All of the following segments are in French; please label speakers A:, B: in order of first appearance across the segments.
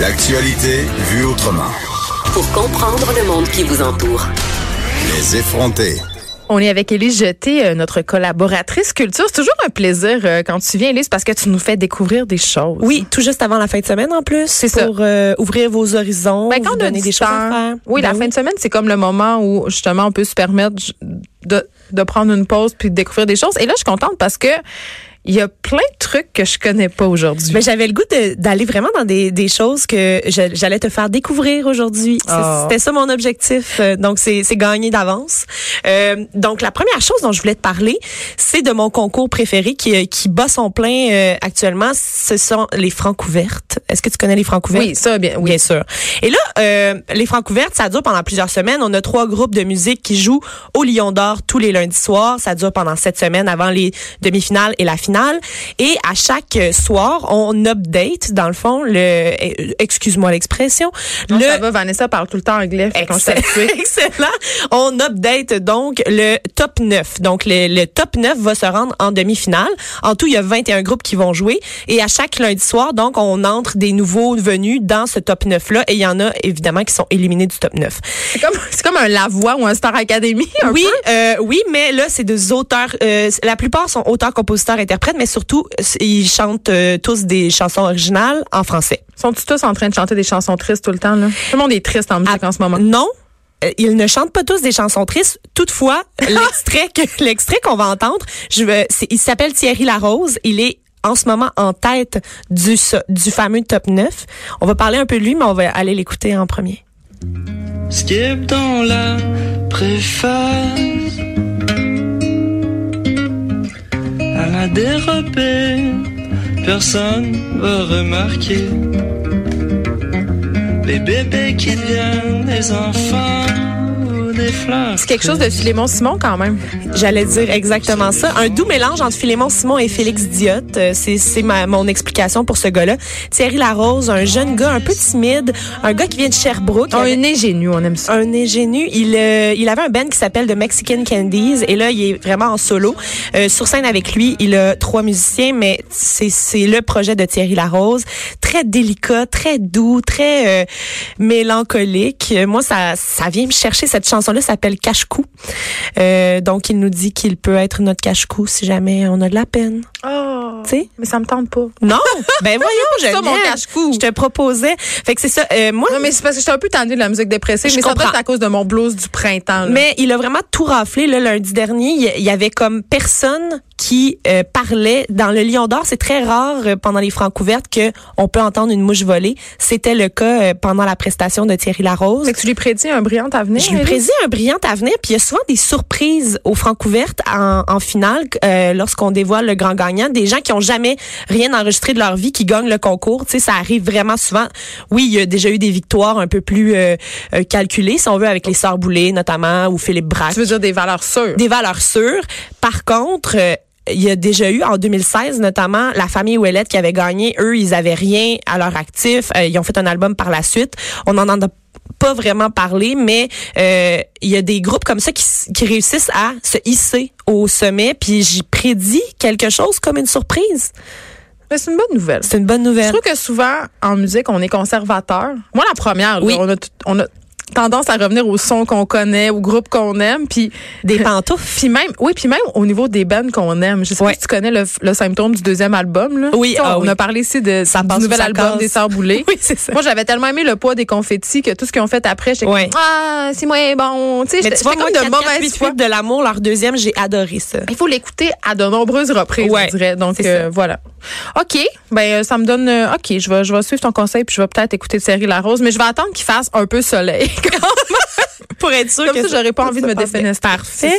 A: L'actualité vue autrement.
B: Pour comprendre le monde qui vous entoure.
A: Les effronter.
C: On est avec Élise Jeté, euh, notre collaboratrice culture. C'est toujours un plaisir euh, quand tu viens, Élise, parce que tu nous fais découvrir des choses.
D: Oui, tout juste avant la fin de semaine en plus. C'est
C: ça.
D: Pour euh, ouvrir vos horizons,
C: Ben,
D: Oh, vous
C: quand on a
D: donner
C: du
D: des choses à
C: temps-
D: faire.
C: Oui,
D: Ben
C: la fin de semaine, c'est comme le moment où justement on peut se permettre j- de, de prendre une pause puis de découvrir des choses. Et là, je suis contente parce que il y a plein de trucs que je connais pas aujourd'hui.
D: Mais Ben, j'avais le goût de- d'aller vraiment dans des, des choses que je- j'allais te faire découvrir aujourd'hui. C'est-
C: Oh.
D: C'était ça mon objectif. Euh, Donc, c'est c'est gagné d'avance. Euh, donc, la première chose dont je voulais te parler, c'est de mon concours préféré qui, euh, qui bat son plein euh, actuellement. Ce sont les francs ouvertes. Est-ce que tu connais les francs ouvertes?
C: Oui, ça bien. Oui.
D: Bien sûr. Et là, euh, les francs ouvertes, ça dure pendant plusieurs semaines. On a trois groupes de musique qui jouent au Lion d'Or tous les lundis soirs. Ça dure pendant sept semaines avant les demi-finales et la finale. Et à chaque euh, soir, on update, dans le fond, le, euh, excuse-moi l'expression,
C: Non,
D: le
C: ça va, Vanessa parle tout le temps anglais. fait qu'on
D: Excellent.
C: s'habitue.
D: Excellent. On update donc le top 9. Donc, le, le top 9 va se rendre en demi-finale. En tout, il y a 21 groupes qui vont jouer. Et à chaque lundi soir, donc, on entre des nouveaux venus dans ce top 9-là. Et il y en a, évidemment, qui sont éliminés du top 9.
C: C'est comme, c'est comme un Lavoie ou un Star Academy. un
D: oui, euh, oui, mais là, c'est des auteurs. euh, la plupart sont auteurs, compositeurs, interprètes, mais surtout, ils chantent euh, tous des chansons originales en français.
C: Sont-ils tous en train de chanter des chansons tristes tout le temps, là? Tout le monde est triste en musique en ce moment.
D: Ah, Non. euh, Ils ne chantent pas tous des chansons tristes. Toutefois, l'extrait que- l'extrait qu'on va entendre, je veux- c'est- il s'appelle Thierry Larose. Il est en ce moment en tête du, so- du fameux top 9. On va parler un peu de lui, mais on va aller l'écouter en premier.
E: Skip dans la préface À la dérobée Personne va remarquer Les bébés qui deviennent des enfants Ou des fleurs
C: C'est quelque chose de Philémon Simon quand même.
D: J'allais dire exactement ça. Un doux mélange entre Philémon Simon et Félix Diotte. Euh, C'est, c'est ma, mon explication pour ce gars-là. Thierry Larose, un jeune gars un peu timide, un gars qui vient de Sherbrooke.
C: On
D: avec-
C: est ingénu, on aime ça.
D: un ingénu. Il, euh, il avait un band qui s'appelle The Mexican Candies et là, il est vraiment en solo. Euh, sur scène avec lui, il a trois musiciens, mais c'est, c'est le projet de Thierry Larose. Très délicat, très doux, très euh, mélancolique. Euh, Moi, ça, ça vient me chercher. Cette chanson-là s'appelle Cache-Cou. Euh, donc, il nous dit qu'il peut être notre cache-cou si jamais on a de la peine.
C: Oh,
D: Tu sais?
C: mais ça me tente pas.
D: Non! Ben voyons, je
C: ça, mon
D: l'aime.
C: cache-cou.
D: Je te proposais. Fait que c'est ça. Euh, moi,
C: Non, mais c'est parce que j'étais un peu tendue de la musique dépressive,
D: Je
C: mais ça
D: comprends.
C: doit être à cause de mon blues du printemps. là.
D: Mais il a vraiment tout raflé le lundi dernier. Il il y avait comme personne qui euh, parlait dans le Lion d'Or. C'est très rare euh, pendant les francs ouvertes que on peut entendre une mouche voler. C'était le cas euh, pendant la prestation de Thierry Larose.
C: Fait que tu lui prédis un brillant avenir. hein?
D: Je lui
C: Ellie?
D: prédis un brillant avenir, puis il y a souvent des surprises aux Francouvertes en, en finale euh, lorsqu'on dévoile le grand gagnant. Des gens qui ont jamais rien enregistré de leur vie, qui gagnent le concours, tu sais, ça arrive vraiment souvent. Oui, il y a déjà eu des victoires un peu plus euh, euh, calculées, si on veut, avec les Sœurs Boulay notamment, ou Philippe Braque
C: Tu veux dire des valeurs sûres.
D: des valeurs sûres. Par contre, euh, il y a déjà eu en 2016 notamment la famille Ouellette qui avait gagné. Eux, ils avaient rien à leur actif. Euh, ils ont fait un album par la suite. On n'en a pas vraiment parlé, mais euh, il y a des groupes comme ça qui, s- qui réussissent à se hisser au sommet. Puis j'y prédis quelque chose comme une surprise.
C: Mais c'est une bonne nouvelle.
D: C'est une bonne
C: Je
D: nouvelle.
C: trouve que souvent, en musique, on est conservateur. Moi, la première, là,
D: Oui.
C: on, a tout- on a tendance à revenir au son qu'on connaît, au groupe qu'on aime, puis
D: Des pantoufles.
C: Puis même, oui, puis même au niveau des bands qu'on aime. Je sais pas
D: Ouais.
C: si tu connais le, le symptôme du deuxième album. Là.
D: Oui,
C: Tu sais, on,
D: ah oui.
C: a parlé ici de,
D: Ça
C: du
D: passe ou
C: nouvel
D: ça
C: album
D: casse.
C: des Sœurs Boulay.
D: Oui, c'est ça.
C: Moi, j'avais tellement aimé le poids des confettis que tout ce qu'ils ont fait après, j'étais
D: Ouais.
C: comme, ah, c'est moins bon. Tu sais,
D: Mais
C: j'étais
D: tu vois,
C: j'étais
D: moi,
C: comme de
D: 4, 4,
C: mauvaise
D: 8,
C: foi.
D: 8 de l'amour, leur deuxième, j'ai adoré ça.
C: Il faut l'écouter à de nombreuses reprises,
D: Ouais,
C: je dirais. Donc,
D: c'est
C: euh, voilà. OK. Ben, euh, ça me donne. euh, OK, je vais, je vais suivre ton conseil, puis je vais peut-être écouter Thierry Larose, mais je vais attendre qu'il fasse un peu soleil.
D: Pour être sûr
C: Comme ça, j'aurais pas envie de me
D: passe bien.
C: définir.
D: Parfait.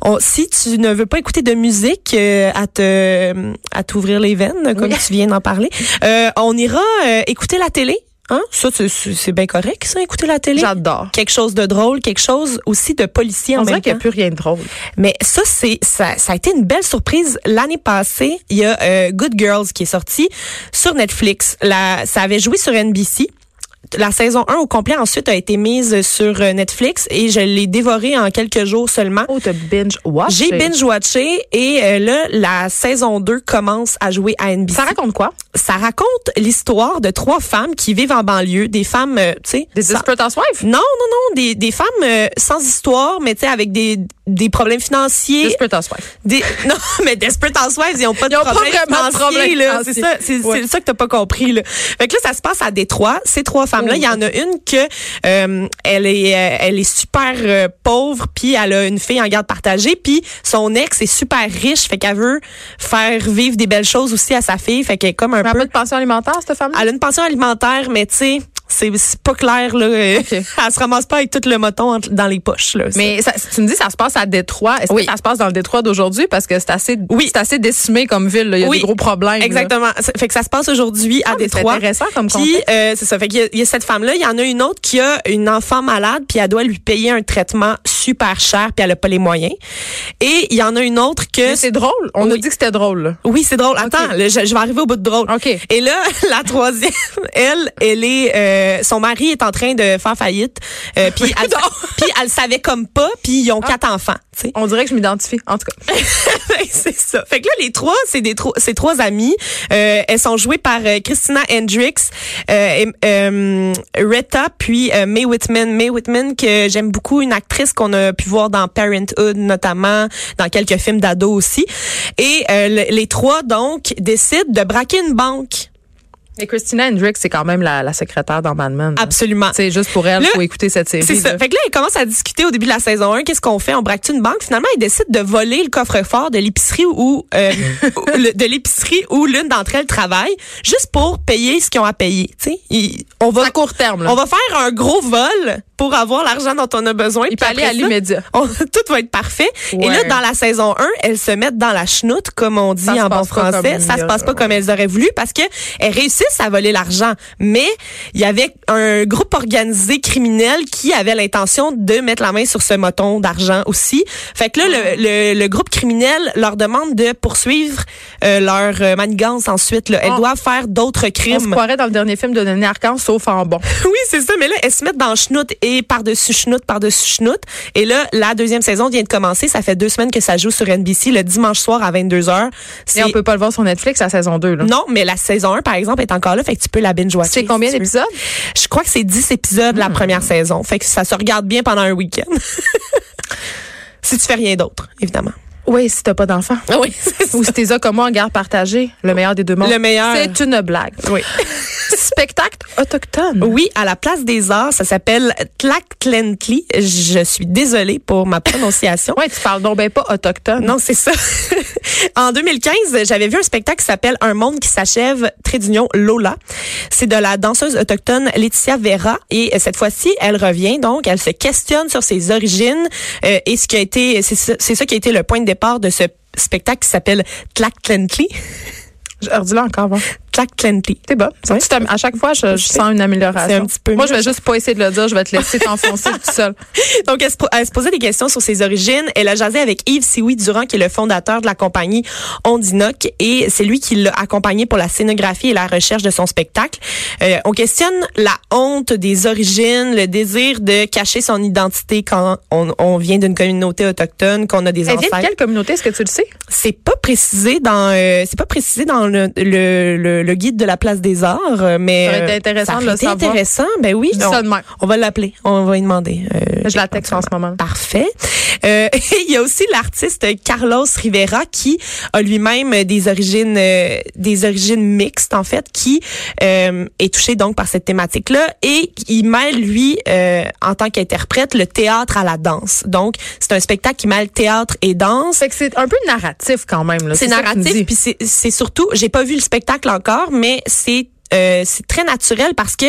D: On- si tu ne veux pas écouter de musique euh, à te à t'ouvrir les veines comme tu viens d'en parler, euh, on ira euh, écouter la télé. Hein? Ça, c'est- c'est c'est bien correct, ça, écouter la télé.
C: J'adore.
D: Quelque chose de drôle, quelque chose aussi de policier
C: On
D: en
C: dirait
D: même
C: qu'il
D: temps.
C: n'y a plus rien de drôle.
D: Mais ça, c'est ça, ça a été une belle surprise l'année passée. Il y a euh, Good Girls qui est sorti sur Netflix. La, ça avait joué sur NBC. La saison 1 au complet ensuite a été mise sur euh, Netflix et je l'ai dévorée en quelques jours seulement.
C: Oh, t'as binge watch.
D: J'ai binge-watché et euh, là, la saison 2 commence à jouer à NBC.
C: Ça raconte quoi?
D: ça raconte l'histoire de trois femmes qui vivent en banlieue, des femmes, euh, tu sais,
C: Des
D: sans-
C: Desperate Housewives?
D: non, non, non, des, des femmes euh, sans histoire, mais tu sais, avec des, des problèmes financiers.
C: Desperate Housewives.
D: Des, non, mais Desperate Housewives, ils ont pas de
C: Ils ont pas
D: problème
C: vraiment de
D: financier,
C: problème
D: là. C'est
C: financier.
D: ça, c'est
C: Ouais.
D: c'est ça que t'as pas compris, là. Fait que là, ça se passe à Détroit. Ces trois femmes-là, il y en a une que, euh, elle est, euh, elle est super euh, pauvre, puis elle a une fille en garde partagée, puis son ex est super riche, fait qu'elle veut faire vivre des belles choses aussi à sa fille, fait qu'elle est comme un
C: Elle n'a
D: peu
C: pas de pension alimentaire, cette femme-là?
D: elle a une pension alimentaire, mais tu sais, c'est c'est pas clair, là. Euh, Elle se ramasse pas avec tout le moton entre- dans les poches, là. Ça-
C: Mais ça- tu me dis, ça se passe à Détroit. Est-ce
D: Oui.
C: que ça se passe dans le Détroit d'aujourd'hui? Parce que c'est assez,
D: Oui.
C: c'est assez décimé comme ville. là. Il y a
D: Oui.
C: des gros problèmes. là.
D: Exactement. Ça fait que ça se passe aujourd'hui à
C: Ah, mais c'est
D: Détroit.
C: intéressant comme
D: Puis,
C: contexte.
D: euh, c'est ça. Fait qu'il y a- il y, a cette femme-là, il y en a une autre qui a une enfant malade, puis elle doit lui payer un traitement super cher, puis elle a pas les moyens. Et il y en a une autre que...
C: Mais c'est drôle. On a
D: Oui.
C: dit que c'était drôle. là.
D: Oui, c'est drôle. Attends, là, je, je vais arriver au bout de drôle.
C: OK.
D: Et là, la troisième, elle, elle est, euh, son mari est en train de faire faillite. Euh, puis, elle, puis elle le savait comme pas. Puis ils ont
C: Ah.
D: quatre enfants. Tu sais.
C: On dirait que je m'identifie. En tout cas,
D: c'est ça. Fait que là, les trois, c'est des trois, c'est trois amies. Euh, elles sont jouées par euh, Christina Hendricks, euh, et, euh, Retta, puis euh, Mae Whitman. Mae Whitman que j'aime beaucoup, une actrice qu'on a pu voir dans Parenthood notamment, dans quelques films d'ados aussi. Et euh, le- les trois donc décident de braquer une banque.
C: mais Christina Hendricks, c'est quand même la, la secrétaire dans Mad Men. là.
D: Absolument.
C: C'est juste pour elle,
D: Là,
C: faut écouter cette série.
D: C'est ça.
C: là.
D: Fait que là, ils commencent à discuter au début de la saison 1. Qu'est-ce qu'on fait? On braque une banque? Finalement, ils décident de voler le coffre-fort de l'épicerie où, euh, où le- de l'épicerie où l'une d'entre elles travaille, juste pour payer ce qu'ils ont à payer. Tu sais, Ils- on va,
C: À court terme, là.
D: on va faire un gros vol pour avoir l'argent dont on a besoin.
C: Il peut
D: puis
C: aller
D: après
C: à
D: ça,
C: l'immédiat.
D: on- tout va être parfait. Et
C: Ouais.
D: là, dans la saison 1, elles se mettent dans la chenoute, comme on dit
C: Ça se
D: en bon
C: passe pas
D: français.
C: comme
D: Ça se
C: il-
D: passe pas comme elles auraient voulu parce que elles réussissent à voler l'argent. Mais il y avait un groupe organisé criminel qui avait l'intention de mettre la main sur ce moton d'argent aussi. Fait que là,
C: Ah.
D: le, le- le groupe criminel leur demande de poursuivre euh, leur euh, manigance ensuite. Là. Elles
C: On-
D: doivent faire d'autres
C: Ah. On se
D: crimes.
C: croirait dans le dernier film de Denis Arcand, sauf en bon.
D: Oui, c'est ça. Mais là, elles se mettent dans chenoute et par-dessus chenoute, par-dessus chenoute. Et là, la deuxième saison vient de commencer. Ça fait deux semaines que ça joue sur NBC le dimanche soir à 22h.
C: Et on peut pas le voir sur Netflix à saison 2. Là.
D: Non, mais la saison 1, par exemple, est encore là. Fait que tu peux la binge-watcher.
C: C'est combien
D: si tu veux.
C: d'épisodes? Hmm.
D: Je crois que c'est 10 épisodes la première saison. Fait que ça se regarde bien pendant un week-end. si tu fais rien d'autre, évidemment.
C: Oui, si t'as pas d'enfant.
D: Ah Oui, c'est Oh,
C: Ou si t'es ça comme moi en garde partagée, le meilleur des deux mondes.
D: Le meilleur.
C: C'est une blague.
D: Oui.
C: Spectacle autochtone.
D: Oui, à la place des arts, ça s'appelle Tlachtlenli. Je suis désolée pour ma prononciation.
C: Ouais, tu parles donc ben pas autochtone.
D: Ah Non, c'est ça. en 2015, j'avais vu un spectacle qui s'appelle Un monde qui s'achève, trait d'union Lola. C'est de la danseuse autochtone Laetitia Vera et euh, cette fois-ci, elle revient donc, elle se questionne sur ses origines euh, et ce qui a été c'est ça- c'est ça qui a été le point de départ de ce spectacle qui s'appelle Tlachtlenli.
C: Je redis-le encore. bon.
D: Tlachtlenli.
C: T'es bonne.
D: Oui.
C: Tu t'am- À chaque fois, je, je sens une amélioration.
D: C'est un petit peu
C: Moi,
D: mieux.
C: je vais juste pas essayer de le dire. Je vais te laisser t'enfoncer tout seul.
D: Donc, elle se, po- elle se posait des questions sur ses origines. Elle a jasé avec Yves Sioui Durand, qui est le fondateur de la compagnie Ondinoc, et c'est lui qui l'a accompagné pour la scénographie et la recherche de son spectacle. Euh, on questionne la honte des origines, le désir de cacher son identité quand on, on vient d'une communauté autochtone, qu'on a des
C: Elle
D: ancêtres.
C: vient de quelle communauté? Est-ce que tu le sais?
D: C'est pas précisé dans, euh, c'est pas précisé dans le, le, le, le guide de la place des arts, euh, mais
C: Ça aurait été
D: euh,
C: intéressant
D: ça
C: de
D: aurait
C: le
D: été
C: savoir.
D: intéressant. Ben oui.
C: Je dis ça de même.
D: On va l'appeler. On va lui demander. euh,
C: Je la texte en ce moment.
D: Parfait. Euh, il y a aussi l'artiste Carlos Rivera qui a lui-même des origines euh, des origines mixtes en fait qui euh, est touché donc par cette thématique là et il mêle lui euh, en tant qu'interprète le théâtre à la danse. Donc c'est un spectacle qui mêle théâtre et danse.
C: Fait que c'est un peu narratif quand même. là.
D: C'est
C: ça que tu me dis.
D: narratif, puis c'est- c'est surtout, j'ai pas vu le spectacle encore, mais c'est euh, c'est très naturel parce que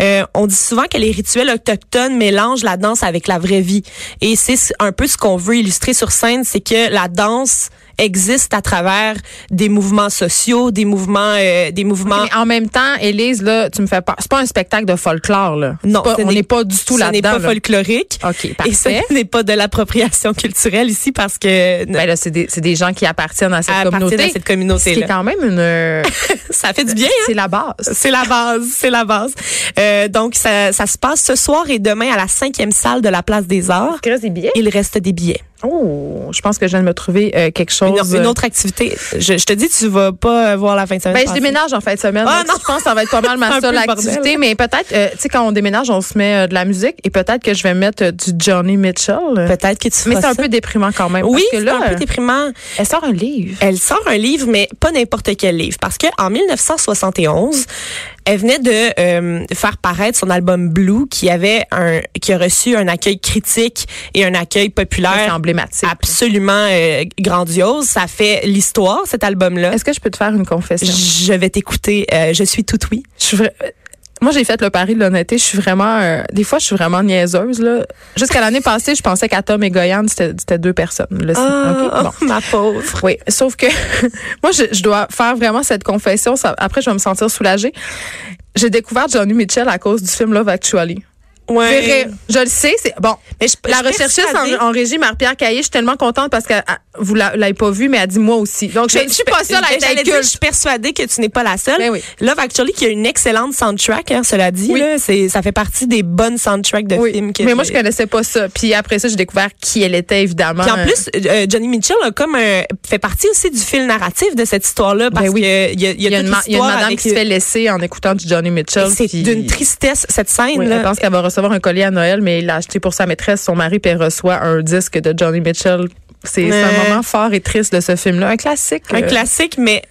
D: euh, on dit souvent que les rituels autochtones mélangent la danse avec la vraie vie et c'est ce- un peu ce qu'on veut illustrer sur scène c'est que la danse existe à travers des mouvements sociaux des mouvements euh, des mouvements
C: Mais en même temps, Élise, là, tu me fais pas. C'est pas un spectacle de folklore, là. C'est
D: Non,
C: pas-
D: ce
C: on
D: n'est-
C: n'est pas du tout
D: ce
C: là-dedans.
D: n'est pas
C: là.
D: folklorique
C: OK,
D: et ce
C: parfait.
D: n'est pas de l'appropriation culturelle ici parce que
C: Ben là, c'est des, c'est des gens qui appartiennent à cette
D: À partir
C: communauté.
D: de cette communauté-là.
C: Ce qui est quand même une. euh,
D: ça fait du bien hein?
C: c'est la base.
D: C'est la base, c'est la base. Euh, donc, ça, ça se passe ce soir et demain à la cinquième salle de la Place des Arts.
C: Grâce des billets.
D: Il reste des billets.
C: Oh, je pense que je viens de me trouver euh, quelque chose.
D: Une, une autre activité. Je, je te dis, tu vas pas euh, voir la fin de semaine.
C: Ben, je
D: passer.
C: déménage en fin de semaine.
D: Ah,
C: donc
D: non!
C: Je pense que ça va être pas mal ma
D: Un peu
C: seule
D: le bordel.
C: activité. Mais peut-être, euh, tu sais, quand on déménage, on se met euh, de la musique et peut-être que je vais mettre euh, du Johnny Mitchell.
D: Peut-être que tu
C: Mais
D: feras
C: c'est un
D: ça.
C: peu déprimant quand même.
D: Oui,
C: parce que
D: c'est
C: là, euh,
D: un peu déprimant.
C: elle sort un livre.
D: Elle sort un livre, mais pas n'importe quel livre, parce que en 1971, elle venait de euh, faire paraître son album Blue, qui avait un, qui a reçu un accueil critique et un accueil
C: C'est
D: populaire
C: emblématique.
D: absolument euh, grandiose. Ça fait l'histoire cet album-là.
C: Est-ce que je peux te faire une confession?
D: Je vais t'écouter. euh, je suis tout oui.
C: Je suis vra- euh, Moi, j'ai fait le pari de l'honnêteté. Je suis vraiment. euh, des fois, je suis vraiment niaiseuse. Là. Jusqu'à l'année passée, je pensais qu'Atom et Goyane, c'était, c'était deux personnes. Là, c'est-
D: Ah,
C: ok, bon.
D: ma pauvre.
C: Oui, sauf que moi, je, je dois faire vraiment cette confession. Ça- après, je vais me sentir soulagée. J'ai découvert Johnny Mitchell à cause du film Love Actually. C'est vrai. Je le sais. C'est, bon,
D: Mais je,
C: la
D: je suis
C: recherchiste
D: persuadée-
C: en, en régie, Marie-Pierre Caillé, je suis tellement contente parce que ah, vous la- l'avez pas vue, mais elle dit moi aussi. Donc, je ne suis pas seule à
D: mais
C: être
D: j'allais dire,
C: inculte.
D: Je suis persuadée que tu n'es pas la seule.
C: Ben oui.
D: Love Actually, qui a une excellente soundtrack, hein, cela dit.
C: Oui.
D: là, c'est- ça fait partie des bonnes soundtracks de
C: Oui.
D: films. Que
C: Mais moi, je
D: j'ai-
C: connaissais pas ça. Puis après ça, j'ai découvert qui elle était, évidemment.
D: Puis en plus, euh, Johnny Mitchell a comme un- fait partie aussi du fil narratif de cette histoire-là parce
C: Ben oui.
D: que il y a, il y a
C: il y a
D: toute
C: une, ma- il y a une
D: l'histoire
C: madame
D: avec-
C: qui se fait laisser en écoutant du Johnny Mitchell.
D: C'est
C: puis-
D: d'une tristesse cette scène.
C: Oui,
D: là.
C: elle pense qu'elle va recevoir un collier à Noël, mais il l'a acheté pour sa maîtresse, son mari, puis elle reçoit un disque de Johnny Mitchell. C'est c'est
D: Mais-
C: un moment fort et triste de ce film-là. Un classique.
D: Un
C: euh,
D: classique, mais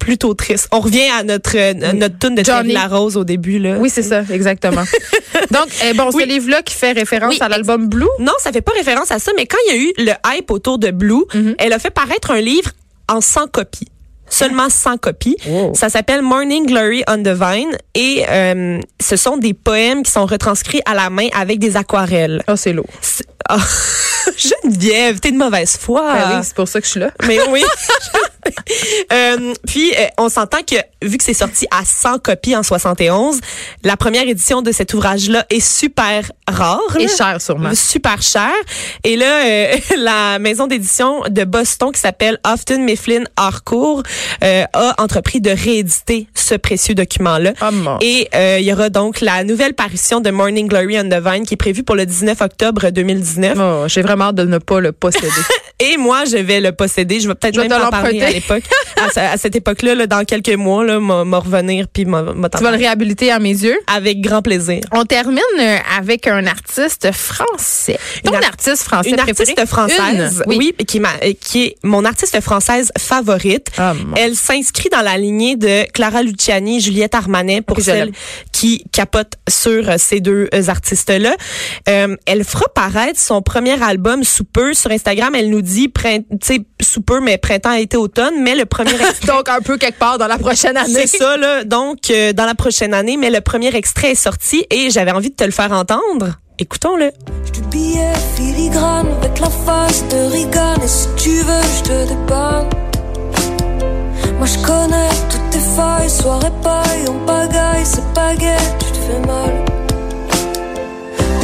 D: plutôt triste. On revient à notre euh, notre tune de Johnny
C: Mm. Johnny.
D: La Rose au début là.
C: Oui, c'est ça, exactement. Donc, eh, bon,
D: Oui.
C: ce livre-là qui fait référence
D: Oui,
C: à l'album Blue.
D: Non, ça fait pas référence à ça, mais quand il y a eu le hype autour de Blue,
C: Mm-hmm.
D: elle a fait paraître un livre en 100 copies. Seulement 100 copies.
C: Wow.
D: Ça s'appelle Morning Glory on the Vine et euh, ce sont des poèmes qui sont retranscrits à la main avec des aquarelles.
C: Oh, c'est lourd.
D: C'est- Ah, Geneviève, t'es de mauvaise foi.
C: Ben oui, c'est pour ça que je suis là.
D: Mais oui. Euh, puis, euh, on s'entend que, vu que c'est sorti à 100 copies en 71, la première édition de cet ouvrage-là est super rare.
C: Et
D: là.
C: cher, sûrement.
D: Super cher. Et là, euh, la maison d'édition de Boston qui s'appelle Often Mifflin Harcourt euh, a entrepris de rééditer ce précieux document-là.
C: Oh, mon.
D: Et euh, il y aura donc la nouvelle parution de Morning Glory on the Vine qui est prévue pour le 19 octobre 2019.
C: Oh, J'ai vraiment hâte de ne pas le posséder.
D: Et moi, je vais le posséder. Je vais peut-être
C: Je vais
D: même
C: te
D: t'en parler
C: l'emprunter.
D: à l'époque. à, ce- à cette époque-là, là, dans quelques mois, là, m'a m'a revenir puis m'a m'a t'en
C: tu vas le
D: parler.
C: réhabiliter à mes yeux.
D: Avec grand plaisir.
C: On termine euh, avec un artiste français. Ton
D: Une ar-
C: artiste français
D: Une
C: préféré?
D: artiste française,
C: Une, oui.
D: oui, qui, est ma- euh, qui est mon artiste française favorite.
C: Ah, mon.
D: Elle s'inscrit dans la lignée de Clara Luciani, Juliette Armanet, pour
C: Ok, je
D: celles
C: l'aime.
D: qui capotent sur euh, ces deux euh, artistes-là. Euh, elle fera paraître son premier album sous peu. Sur Instagram, elle nous dit, print- tu sais, sous peu, mais printemps, été, automne, mais le premier
C: Donc, un peu quelque part dans la prochaine année.
D: C'est ça, là. Donc, euh, dans la prochaine année, mais le premier extrait est sorti et j'avais envie de te le faire entendre. Écoutons-le.
F: Je te billets filigrane avec la face de Reagan Et si tu veux, je te dépanne Moi je connais toutes tes failles Soirée paille, on pagaille, c'est baguette Tu te fais mal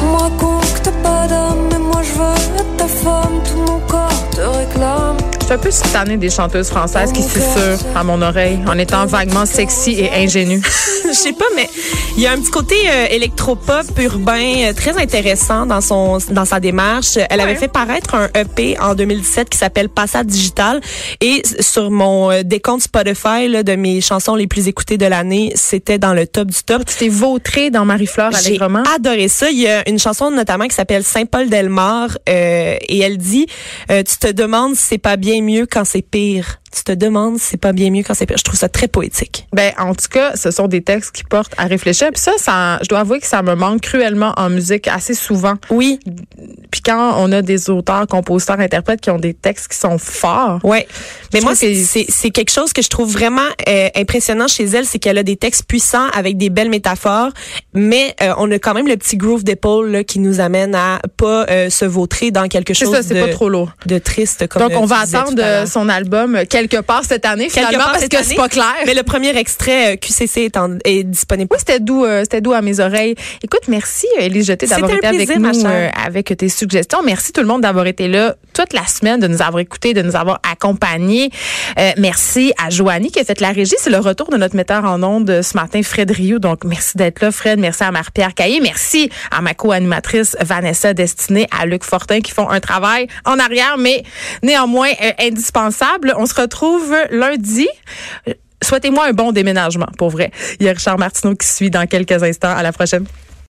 F: On me raconte que t'as pas d'âme Mais moi je veux être ta femme Tout mon corps te réclame
C: Je suis un peu tannée des chanteuses françaises qui susurrent à mon oreille en étant vaguement sexy et ingénue.
D: Je sais pas, mais il y a un petit côté euh, électropop urbain euh, très intéressant dans son dans sa démarche. Elle avait fait paraître un EP en 2017 qui s'appelle Passat Digital et s- sur mon euh, décompte Spotify là, de mes chansons les plus écoutées de l'année, c'était dans le top du top.
C: Tu t'es vautrée dans Marie-Fleur
D: J'ai
C: allègrement.
D: adoré ça. Il y a une chanson notamment qui s'appelle Saint-Paul-Delmar euh, et elle dit euh, Tu te demandes si c'est pas bien mieux quand c'est pire. Tu te demandes si c'est pas bien mieux quand c'est pire. Je trouve ça très poétique.
C: Ben, en tout cas, ce sont des textes qui portent à réfléchir. Puis ça, ça, je dois avouer que ça me manque cruellement en musique assez souvent.
D: Oui.
C: Puis quand on a des auteurs, compositeurs, interprètes qui ont des textes qui sont forts,
D: Ouais. Mais
C: Je
D: moi,
C: trouve
D: c'est
C: que-
D: c'est- c'est quelque chose que je trouve vraiment euh, impressionnant chez elle, c'est qu'elle a des textes puissants avec des belles métaphores, mais euh, on a quand même le petit groove d'épaule là, qui nous amène à pas euh, se vautrer dans quelque
C: c'est
D: chose
C: ça, c'est
D: de,
C: pas trop lourd.
D: de triste. Comme
C: Donc,
D: euh,
C: on
D: tu
C: va
D: disais tout
C: attendre
D: à l'heure.
C: euh, son album euh, quelque part cette année,
D: Quelque
C: finalement,
D: part
C: parce
D: cette
C: que
D: année.
C: c'est pas clair.
D: Mais le premier extrait euh, QCC est, en- est disponible.
C: Oui, c'était doux, euh, c'était doux à mes oreilles. Écoute, merci euh, Élise Jeté d'avoir
D: C'était
C: été
D: un
C: avec
D: plaisir, ma
C: nous, euh,
D: chère.
C: avec tes suggestions. Merci tout le monde d'avoir été là toute la semaine, de nous avoir écoutés, de nous avoir accompagnés. Euh, merci à Joanie qui a fait la régie. C'est le retour de notre metteur en ondes euh, ce matin, Fred Rioux. Donc, merci d'être là, Fred. Merci à Marie-Pierre Caillé. Merci à ma co-animatrice Vanessa Destinée, à Luc Fortin qui font un travail en arrière, mais néanmoins euh, indispensable. On se retrouve lundi. Euh, Souhaitez-moi un bon déménagement, pour vrai. Il y a Richard Martineau qui suit dans quelques instants. À la prochaine.